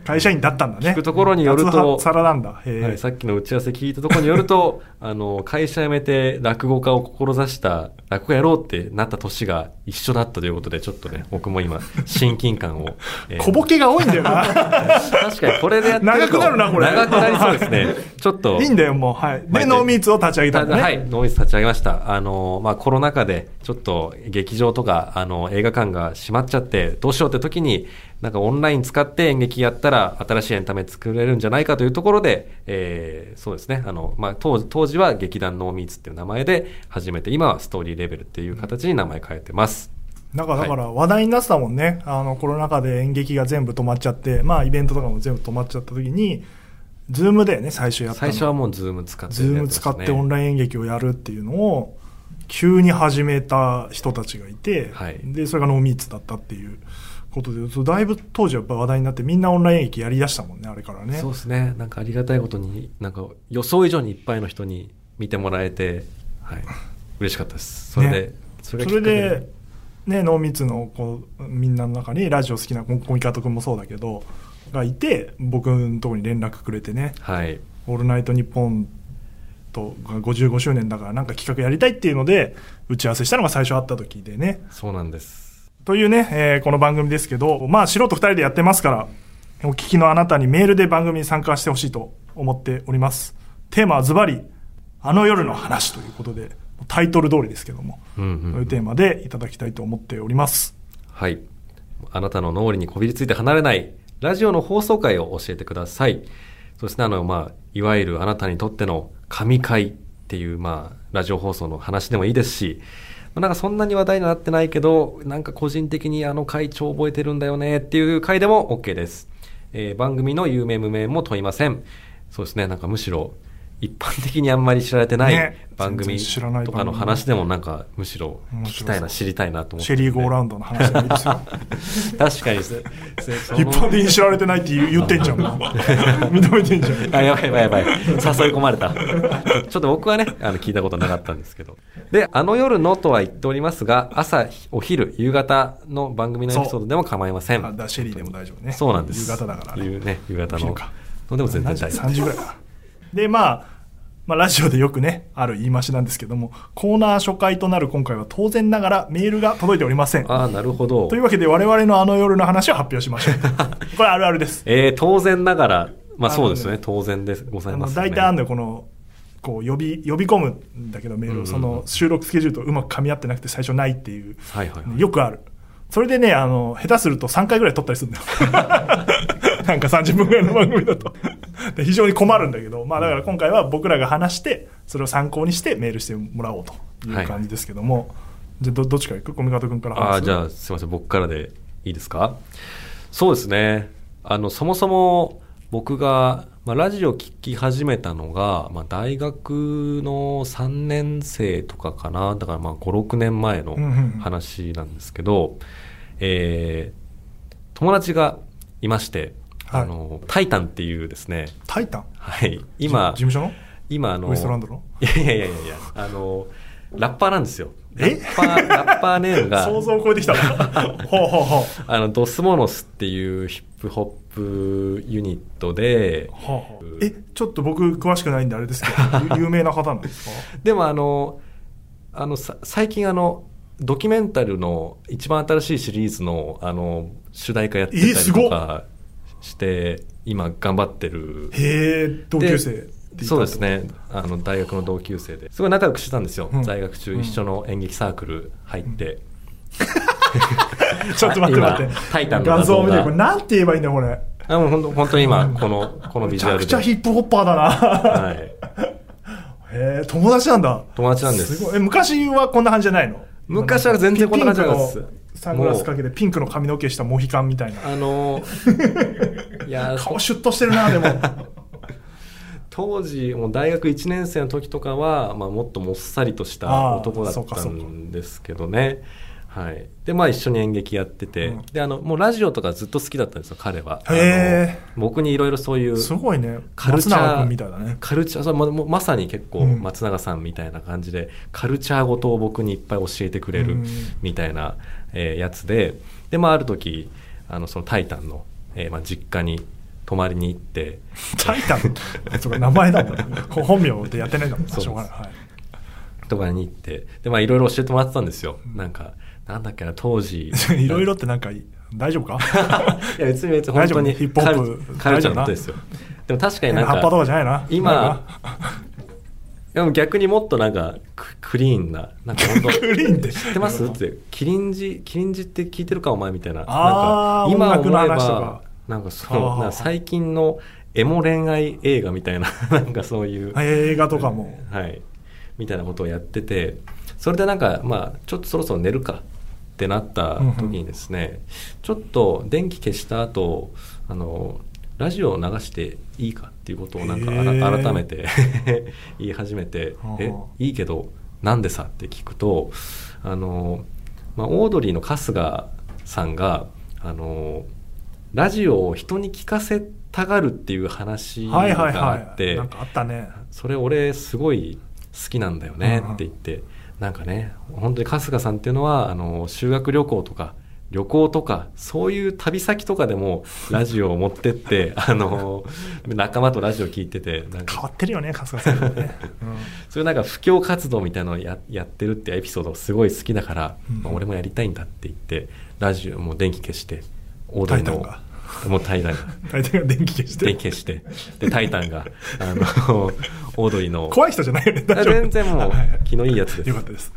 A: 会社員だったんだね。
B: 聞くところによると
A: 脱派サラなんだ。へえ
B: はいさっきの打ち合わせ聞いたところによ るとあの会社辞めて落語家を志した落語やろうってなった年が一緒だったということでちょっとね僕も今親近感を、えー
A: 小ボケが多いんだよな。
B: 確かにこれでやってると
A: 長くなるなこれ
B: 長くなり そうで すねちょっと
A: いいんだよ、もう。はい。
B: まあ
A: で、ノーミーツを立ち上げたんだね。
B: はい、ノイズ立ち上げました。あの、まあ、コロナ禍で、ちょっと劇場とか、あの、映画館が閉まっちゃって、どうしようって時に、なんかオンライン使って演劇やったら、新しいエンタメ作れるんじゃないかというところで、えーそうですね、あの、まあ、当時、当時は劇団ノーミーツっていう名前で始めて、今はストーリーレベルっていう形に名前変えてます。
A: なんかだから話題になってたもんね、あのコロナ禍で演劇が全部止まっちゃって、まあ、イベントとかも全部止まっちゃった時に、ズームでね、最初やった
B: 最
A: の
B: 初はもうズーム使って
A: ズーム使ってオン
B: イン。
A: ライン演劇をやるっていうのを、急に始めた人たちがいて、
B: はい
A: でそれがノーミーツだったっていうことで、そうだいぶ当時はやっぱ話題になって、みんなオンライン演劇やりだしたもんね、あれからね
B: そう。ですね。なんかありがたいことに、なんか予想以上にいっぱいの人に見てもらえて、はい。嬉しかったです。それで、
A: ね
B: そ
A: それ
B: がきっかけ
A: で、ね、ノーミーツのこうみんなの中にラジオ好きなコミカト君もそうだけど、がいて、僕のところに連絡くれてね。
B: はい。
A: 「オールナイトニッポン」とが55周年だからなんか企画やりたいっていうので打ち合わせしたのが最初あった時でね。
B: そうなんです。
A: というね、えーこの番組ですけどまあ素人2人でやってますからお聞きのあなたにメールで番組に参加してほしいと思っております。テーマはズバリ「あの夜の話」ということでタイトル通りですけども、
B: うんうん
A: そういうテーマでいただきたいと思っております。
B: はい。あなたの脳裏にこびりついて離れないラジオの放送回を教えてください。そしてあの、まあ、いわゆるあなたにとっての神回っていう、まあ、ラジオ放送の話でもいいですし、あなんかそんなに話題にはなってないけど、なんか個人的にあの回超覚えてるんだよねっていう回でも OK です。えー番組の有名無名も問いません。そうですね、なんかむしろ一般的にあんまり知られてな
A: ね
B: い番
A: 全
B: 組
A: 然知らない番
B: と
A: 組
B: かの話でもなんかむしろ聞きたい
A: 面白
B: な、
A: そう
B: 知りたいなと思っ
A: シ
B: て
A: ェ
B: るん
A: リ
B: で。
A: ー・ゴーラウンドの 話でもいいですよ
B: 確かにです。その
A: 一般的に知られてないって言う言ってんじゃ ん認めてんじゃん
B: あ、やばいやばいやばい。誘い込まれた。 ちょっと僕はね、あの、聞いたことなかったんですけど。で、あの夜のとは言っておりますが、朝、お昼、夕方の番組のエピソードでも構いませ
A: あ
B: ん。
A: だシェリーでも大丈夫ね
B: そうなんです。
A: 夕方だからね
B: 夕ね、夕方
A: お昼
B: の
A: か。
B: のでも全然大丈
A: 3時ぐらいかなでまあまあラジオでよくねある言い回しなんですけどもコーナー初回となる今回は当然ながらメールが届いておりません
B: 夫。ああ、なるほど
A: とい。うわけで我々のあの夜の話を発表し ましょうこれあるあるです
B: えー、当然ながら、まあ
A: あのね
B: そうですね、当然でござい
A: あ
B: ま
A: の
B: す、ね。
A: 大体あんのよこのこう呼び呼び込むんだけどメールを、
B: うん
A: その収録スケジュールとうまく噛み合ってなくて最初ないっていう、
B: はいはいはい
A: よくあるそれでねあの下手すると3回ぐらい撮ったりするんだよ なんか30分ぐらいの番組だとで非常に困るんだけど、まあ、だから今回は僕らが話してそれを参考にしてメールしてもらおうという感じですけども、じゃあどどっちからいく小見方君から話す
B: ああ、じゃあすいません、僕からでいいですかそうですね。あの、そもそも僕が、まあ、ラジオ聞き始めたのが、まあ、大学の3年生とかかな。だからまあ、5、6年前の
A: うんうんうん
B: 話なんですけど、えー友達がいまして、
A: はい
B: あの、タイタンっていうですね、
A: タイタン
B: はい、今
A: 事、務所の
B: 今あの、
A: ウエストランドの
B: いやいやいやいや、あの、ラッパーなんですよ。
A: え
B: ラッパー、ラッパーネームが。
A: 想像を超えてきたわほうほうほう
B: あの、ドスモノスっていうヒップホップユニットで、
A: えちょっと僕詳しくないんであれですけど ゆ有名な方なんですか
B: でもあの、あの、さ最近あの、ドキュメンタルの一番新しいシリーズの、あの、主題歌やって
A: え
B: た
A: す
B: り
A: ごっ
B: とかして、今頑張ってる。
A: へえ同級生って言った
B: でそうですねあの大学の同級生ですごい仲良くしてたんですよ、
A: うん
B: 在学中一緒の演劇サークル入って、
A: ちょっと待って
B: 今
A: 待って
B: タイタンの
A: 画
B: 画像
A: 像
B: が
A: を見てこれなんて言えばいいんだよこれ
B: あもう本当本当に今このこのビ
A: め
B: ジ
A: ち
B: ュア
A: ゃ
B: ルで
A: くちゃヒップホッパーだな、
B: はい、
A: へえ友達なんだ
B: 友達なんです
A: ごいえ昔はこんな感じじゃないの
B: 昔は全然こんな感じじゃなかった
A: ピン
B: です
A: クのサングラスかけてピンクの髪の毛したモヒカンみたいな
B: あ のーいや
A: 顔シュッとしてる なでも
B: 当時もう大学1年生の時とかは、まあ、もっともっさりとし
A: あ
B: た
A: ー
B: 男だ
A: そ
B: っ
A: うか
B: た
A: そうか
B: んですけどねはい、でまあ一緒に演劇やってて、
A: うん
B: であのもうラジオとかずっと好きだったんですよ彼はあ
A: へー
B: の僕にいろいろそういう
A: すごいね
B: カルチ
A: 松
B: ャー
A: 永君みたいだね
B: カルチャーそうまもうまさに結構
A: うん
B: 松永さんみたいな感じで、カルチャーごとを僕にいっぱい教えてくれ
A: う
B: る
A: ん
B: みたいな、えーやつでで、まあ、ある時あのその「タイタンの」えーまあ、実家に泊まりに行って
A: タイタ ンそうか名前だもんねこう本名でやってないんだもん
B: そうです
A: しょうがない、はい
B: とかに行ってでまあいろいろ教えてもらってたんですよ、なんかなんだっけな当時
A: いろいろってなんかいい、大丈夫か
B: いや別に別に本
A: 大丈夫
B: 当に
A: ヒップホップ
B: カルカルチャーのことですよでも確かになんか
A: 葉っぱとかじゃないな。
B: 今でも逆にもっとなんかククリーンななんか本当
A: クリーンで
B: 知ってますってキリンジキリンジって聞いてるかお前みたいな
A: あー
B: なんか
A: 音楽
B: 今
A: の
B: 思え
A: 話と
B: ば
A: か
B: なんか
A: あ
B: そう
A: ー
B: なんか最近のエモ恋愛映画みたいな なんかそういう
A: なんか映画とかも。
B: はい、みたいなことをやっててそれでなんかまあちょっとそろそろ寝るかってなった時にですね、ちょっと電気消した後あのラジオを流していいかっていうことをなんかあら
A: へー
B: 改めて 言い始めて
A: はあ
B: 「えいいけどなんでさ?」って聞くとあの、まあ、オードリーの春日さんがあのラジオを人に聞かせたがるっていう話が
A: はいはい
B: あ
A: は
B: っ
A: い。
B: て、
A: なんかあったね。
B: それ俺すごい好きなんだよね
A: うんうん
B: って言って、なんかね本当に春日さんっていうのはあの修学旅行とか旅行とかそういう旅先とかでもラジオを持ってって あの仲間とラジオ聞いててなん
A: 変
B: か
A: わってるよね、春日さんもね。
B: そういうなんか布教活動みたいなのをややってるってエピソードすごい好きだから、
A: うん
B: まあ俺もやりたいんだって言ってラジオもう電気消してオードリー
A: タイ
B: の
A: タン
B: もうタイタンが
A: うん大体が電気消 して。
B: 電気消してでタイタンがあ のオードリーの
A: 怖い人じゃないよね、大
B: あ
A: 丈夫。
B: 全然もう
A: はいはい
B: 気のいいやつです
A: よかったです。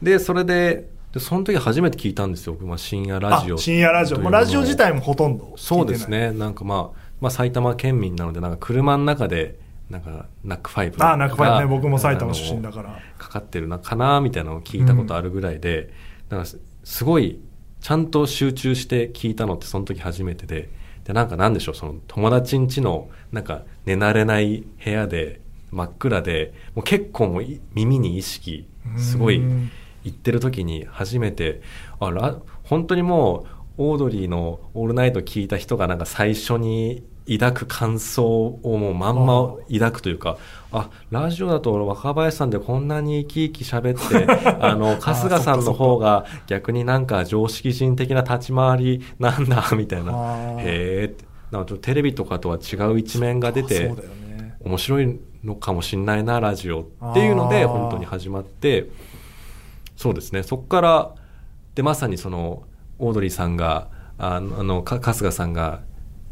B: でそれででその時初めて聞いたんですよ、まあ、深夜ラ
A: あ
B: ジオ
A: 深夜ラジオ。
B: とい
A: も
B: も
A: う
B: のを
A: ラジオ自体もほとんど。
B: そうです。ねなんか、まあ、まあ埼玉県民なのでなんか車の中でなんか、ナックファイブ
A: ああ、中村ね、僕も埼玉出身だから。
B: かかってるなかなみたいなのを聞いたことあるぐらいで、だからすすごいちゃんと集中して聞いたのってその時初めてででなんかなんでしょうその友達ん家のなんか寝慣れない部屋で真っ暗でもう結構もうい耳に意識すごい
A: うん
B: 行ってる時に初めてあら本当にもうオードリーの「オールナイト」聞いた人がなんか最初に抱く感想をもうまんま抱くというかあラジオだと若林さんでこんなに生き生 き喋ってあの春日さんの方が逆になんか常識人的な立ち回りなんだみたい
A: あ
B: な
A: ー
B: へえってなんかちょっとテレビとかとは違う一面が出て
A: そうだよね。
B: 面白いのかもしんないなラジオっていうので
A: あー
B: 本当に始まってそうですねそこからでまさにそのオードリーさんがあのあのか春日さんが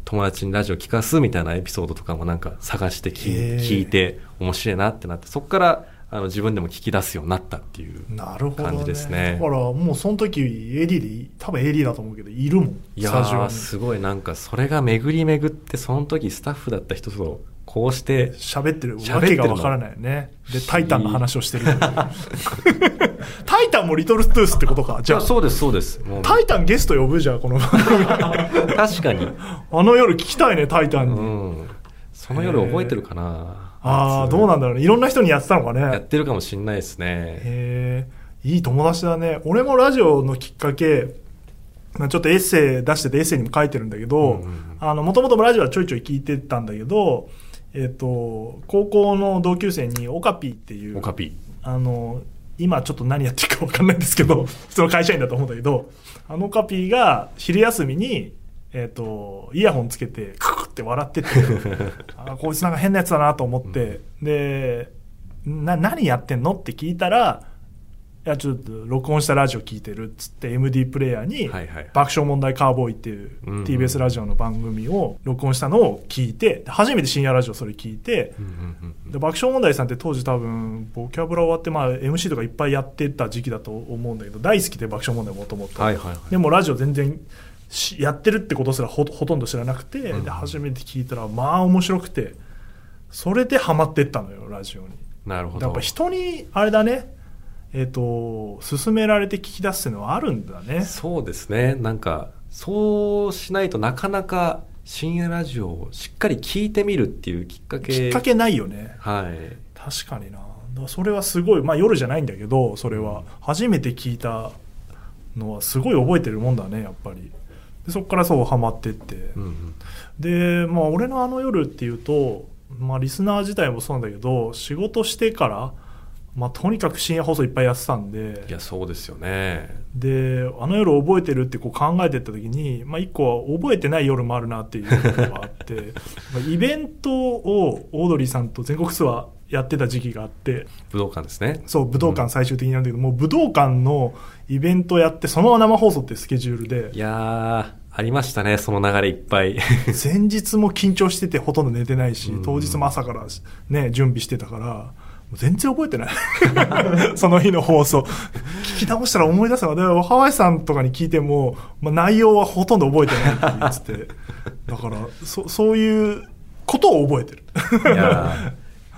B: 友達にラジオ聞かすみたいなエピソードとかもなんか探して聞
A: へー
B: い聞いて面白いなってなってそこからあの自分でも聞き出すようになったっていう
A: なるほど、ね。
B: 感じですね
A: だから、もうその時、AD で、多分 AD だと思うけど、いるもん。
B: いや
A: スタジオ
B: ー
A: に。
B: すごいなんかそれが巡り巡ってその時スタッフだった人とこうして
A: 喋ってる
B: 喋っ
A: わ
B: て
A: け
B: るの
A: がわからないよね。で、
B: 不思議
A: タイタンの話をしてる という。タイタンもリトルトゥースってことか。じゃ
B: い
A: あ
B: や、そうですそうですもう
A: タイタンゲスト呼ぶじゃん、この番組。
B: 確かに
A: あの夜聞きたいね、タイタンに。
B: うん、その夜覚えてるかな、
A: ああ、どうなんだろうね。いろんな人にやってたのか
B: やっ
A: ね。
B: てるかもしんないですね
A: へえ、いい友達だね。俺もラジオのきっかけ、まあちょっとエッセイ出しててエッセイにも書いてるんだけど、
B: うんうんうん
A: あの、もともとラジオはちょいちょい聞いてたんだけど、えっ、と、高校の同級生にオカピーっていう
B: オ、カピ
A: あの、今ちょっと何やってるか分かんないんですけど、 普通の会社員だと思うんだけど、あのカピーが昼休みに、えっ、と、イヤホンつけて、ククって笑 ってて、あーこいつなんか変なやつだなと思って、で、な、何やってんのって聞いたら、いや、ちょっと録音したラジオ聞いてるっつって、MD プレイヤーに
B: はいはい、
A: 爆笑問題カーボーイっていう
B: うんうん
A: TBS ラジオの番組を録音したのを聞いて、で初めて深夜ラジオそれ聞いて、
B: うんうんうん
A: で爆笑問題さんって当時多分ボキャブラ終わって、まあ、MC とかいっぱいやってた時期だと思うんだけど大好きで爆笑問題もともと
B: はいはいはい
A: でもラジオ全然しやってるってことすらほほとんど知らなくて、
B: うん
A: で初めて聞いたらまあ面白くてそれでハマってったのよラジオに
B: なるほど
A: やっぱ人にあれだねえっ、と勧められて聞き出すっていうのはあるんだね
B: そうですねなんかそうしないとなかなか深夜ラジオをしっかり聞いてみるっていうきっかけ
A: きっかけないよね
B: はい
A: 確かになだからそれはすごいまあ夜じゃないんだけどそれは初めて聞いたのはすごい覚えてるもんだねやっぱりでそこからそうハマってって、
B: うんうん
A: でまあ俺のあの夜っていうとまあリスナー自体もそうなんだけど仕事してからまあとにかく深夜放送いっぱいやってたんで
B: いやそうですよね
A: であの夜覚えてるってこう考えてった時に、まあ、1個は覚えてない夜もあるなっていうのがあって まあイベントをオードリーさんと全国ツアーやってた時期があって
B: 武道館ですね
A: そう武道館最終的になるんだけど、もう武道館のイベントやってそのまま生放送ってスケジュールで
B: いやーありましたねその流れいっぱい
A: 前日も緊張しててほとんど寝てないし
B: うん
A: 当日も朝から、ね、準備してたからもう全然覚えてない その日の放送聞き直したら思い出すわで若林さんとかに聞いても、まあ、内容はほとんど覚えてないって言っててだからそそういうことを覚えてる
B: いや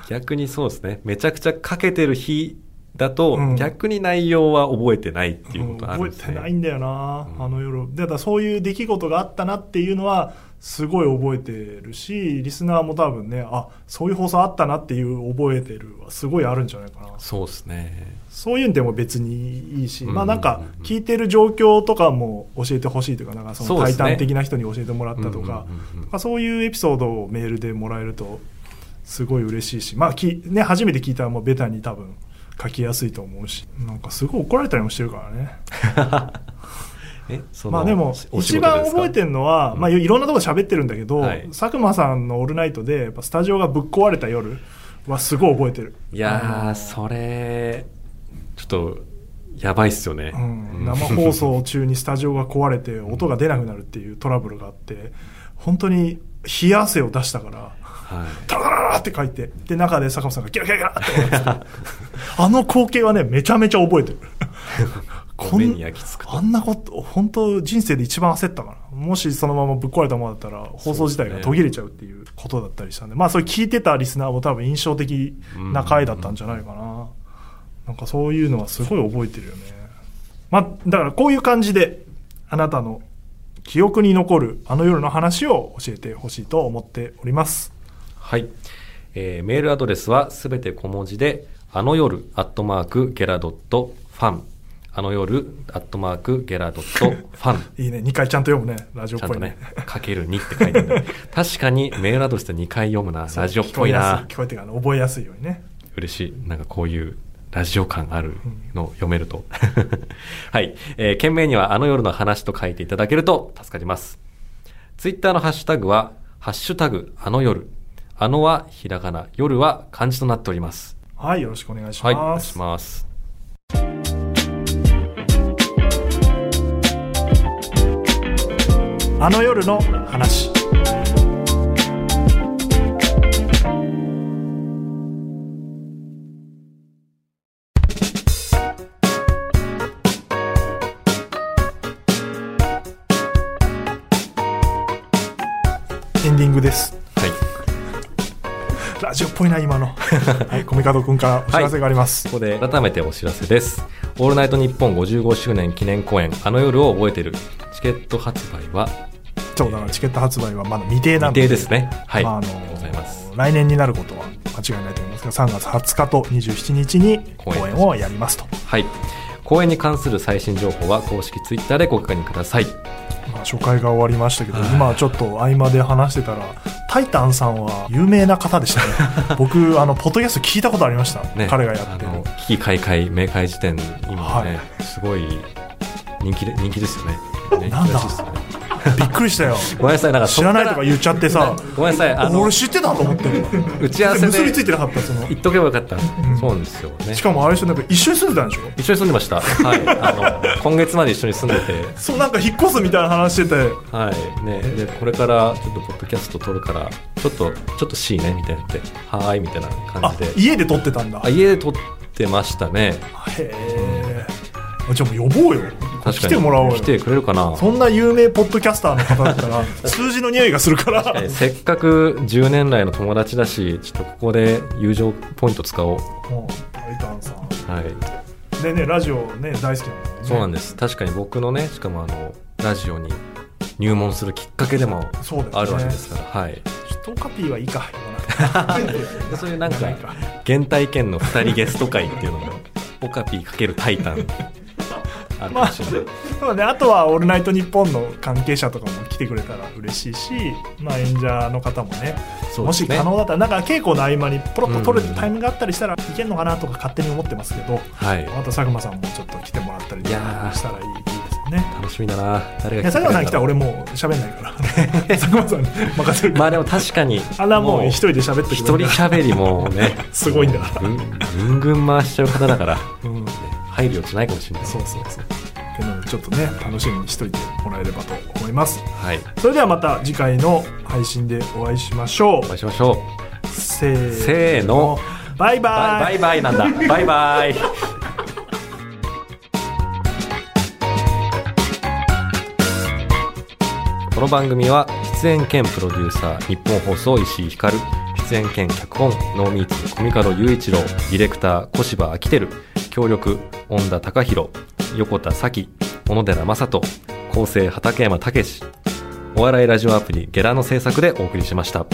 B: ー逆にそうですねめちゃくちゃかけてる日だと、
A: うん
B: 逆に内容は覚えてないっていうことあるん
A: 覚
B: で
A: え
B: す
A: て
B: ね、
A: ないんだよな、
B: うん
A: あの夜でだからそういう出来事があったなっていうのはすごい覚えてるしリスナーも多分ねあそういう放送あったなっていう覚えてるはすごいあるんじゃないかな
B: そうですね。
A: そういうんでも別にいいし、
B: うん
A: まあなんか
B: うんうんうん
A: 聞いてる状況とかも教えてほしいというかなんかそ
B: そう
A: の対
B: ですね
A: 談的な人に教えてもらったとか
B: うんうんうんうん
A: まあそういうエピソードをメールでもらえるとすごい嬉しいし、まあきね、初めて聞いたらもうベタに多分書きやすいと思うしなんかすごい怒られたりもしてるからね。
B: え、その
A: まあでも、
B: お仕
A: 一
B: 事
A: 番
B: ですか
A: 覚えてるのは、
B: うん
A: まあいろんなところ喋ってるんだけど、
B: はい
A: 佐久間さんのオールナイトで、やっぱスタジオがぶっ壊れた夜はすごい覚えてる。
B: いやー、
A: あの
B: それ、ちょっと、やばいっすよね。
A: うん、生放送中にスタジオが壊れて音が出なくなるっていうトラブルがあって本当に冷や汗を出したから
B: は
A: ダラダラダラって書いてで中で 坂本さんがギラギラギラって笑ってたあの光景はねめちゃめちゃ覚えてるこ
B: こう目に焼き付くと
A: あんなこと本当人生で一番焦ったからもしそのままぶっ壊れたものだったら放送自体が途切れちゃうっていうことだったりしたんでまあそれ聞いてたリスナーも多分印象的な回だったんじゃないかな、なんかそういうのはすごい覚えてるよねまあだからこういう感じであなたの記憶に残るあの夜の話を教えてほしいと思っております
B: はい、えーメールアドレスはすべて小文字であの夜アットマークゲラドットファンあの夜アットマークゲラドットファン
A: いいね2回ちゃんと読むねラジオっ
B: ちゃん
A: ぽ
B: と
A: い
B: ね、かける2って書いてある。確かにメールアドレスで2回読むな。ラジオっぽいな。
A: 聞こえてから覚えやすいようにね
B: 嬉しい。なんかこういうラジオ感あるのを読めると。 はい。えー、件名にはあの夜の話と書いていただけると助かります。ツイッターのハッシュタグは、ハッシュタグあの夜。あのはひらがな、夜は漢字となっております。
A: はいよろしくお願いし
B: はい、お願
A: ま
B: い
A: す
B: します。
A: あの夜の話。エンディングです。
B: はい。
A: ラジオっぽいな、今 の。はい、コミカド君からお知らせがあります。
B: ここで改めてお知らせです。オールナイトニッポン55周年記念公演、あの夜を覚えてる。チケット発売は
A: ちょうどチケット発売はまだ未定なんで。
B: 未定ですね。はい。
A: まあ、あ
B: ありがとうございます
A: の。来年になることは間違いないと思いますが3月20日と27日に公演をやりますと、
B: はい。公演に関する最新情報は公式ツイッターでご確認ください。
A: まあ、初回が終わりましたけど今ちょっと合間で話してたらタイタンさんは有名な方でした ね僕あのポッドキャスト聞いたことありました、
B: ね、
A: 彼がやって
B: あ
A: る
B: の危機開会明快時点今ね、
A: は
B: すごい人気で人気ですよね。ね
A: なんだ
B: 人気らしいですね
A: びっくりしたよ
B: ごめんなさいなんか
A: 知らないとか言っちゃってさ
B: そっからごめんなさいあの
A: 俺知ってたと思って
B: 打ち合わせ
A: 結びつい
B: で
A: てなかったその
B: 言っとけばよかった。そうなんですよね
A: し。かもあれでしょなんか一緒に住んでたんでしょ
B: 一緒に住んでました。はい。あの今月まで一緒に住んでて。
A: そうなんか引っ越すみたいな話してて
B: はいね、でこれからちょっとポッドキャスト撮るからちょっとちょっと C ねみたいになってはーいみたいな感
A: あ
B: じで
A: 家で撮ってたんだ
B: あ家で撮ってましたね
A: へえじゃあもう呼ぼうよ
B: 確かに
A: 来てもらおうよ
B: 来てくれるかな
A: そんな有名ポッドキャスターの方だった ら数字の匂いがするから
B: えーせっかく10年来の友達だしちょっとここで友情ポイント使おう
A: もう大胆さん
B: はい
A: でねラジオね大好きなんだよね
B: そうなん
A: だ
B: です確かに僕のねしかもあのラジオに入門するきっかけでも
A: そうだよね
B: あるわけですからはい
A: 一カピーはいいか言わなくて
B: でそういうなん
A: な
B: か
A: いか
B: 原体験の2人ゲスト会っていうのもオカピー×タイタンあるかもしれない、
A: そうねあとは「オールナイトニッポン」の関係者とかも来てくれたら嬉しいし、まあ、演者の方もね
B: そう
A: も
B: です
A: し
B: ね
A: 可能だったらなんか稽古の合間にポロッと撮れるタイミングがあったりしたらいけるのかなとか勝手に思ってますけど、
B: はい
A: また佐久間さんもちょっと来てもらったりと
B: いや
A: か
B: ー
A: したらいいですよね。
B: 楽しみだな誰
A: いや佐
B: が来てく
A: 久
B: れ
A: 間さ
B: る
A: ん来た
B: ん
A: ら
B: だろう
A: 俺もう喋んないから 佐久間さんに任せる
B: まあでも確かに
A: あんなもう一人で喋って
B: 一
A: く
B: 人
A: れる
B: 喋りも ね
A: すごいんだか
B: ぐんぐんぐん回しちゃう方だから
A: うん
B: 配慮しないかもしれない
A: そうそうそうっていうのでちょっとね楽しみにしといてもらえればと思います
B: はい
A: それではまた次回の配信でお会いしましょ
B: お会いうしましょう
A: せー
B: せーの
A: バイバイ
B: バイバイなんだバイバイこの番組は出演兼プロデューサー日本放送石井光出演兼脚本ノーミーツコミカド雄一郎ディレクター小芝昭輝協力恩田隆弘横田咲小野寺正人構成畠山武史お笑いラジオアプリゲラの制作でお送りしました。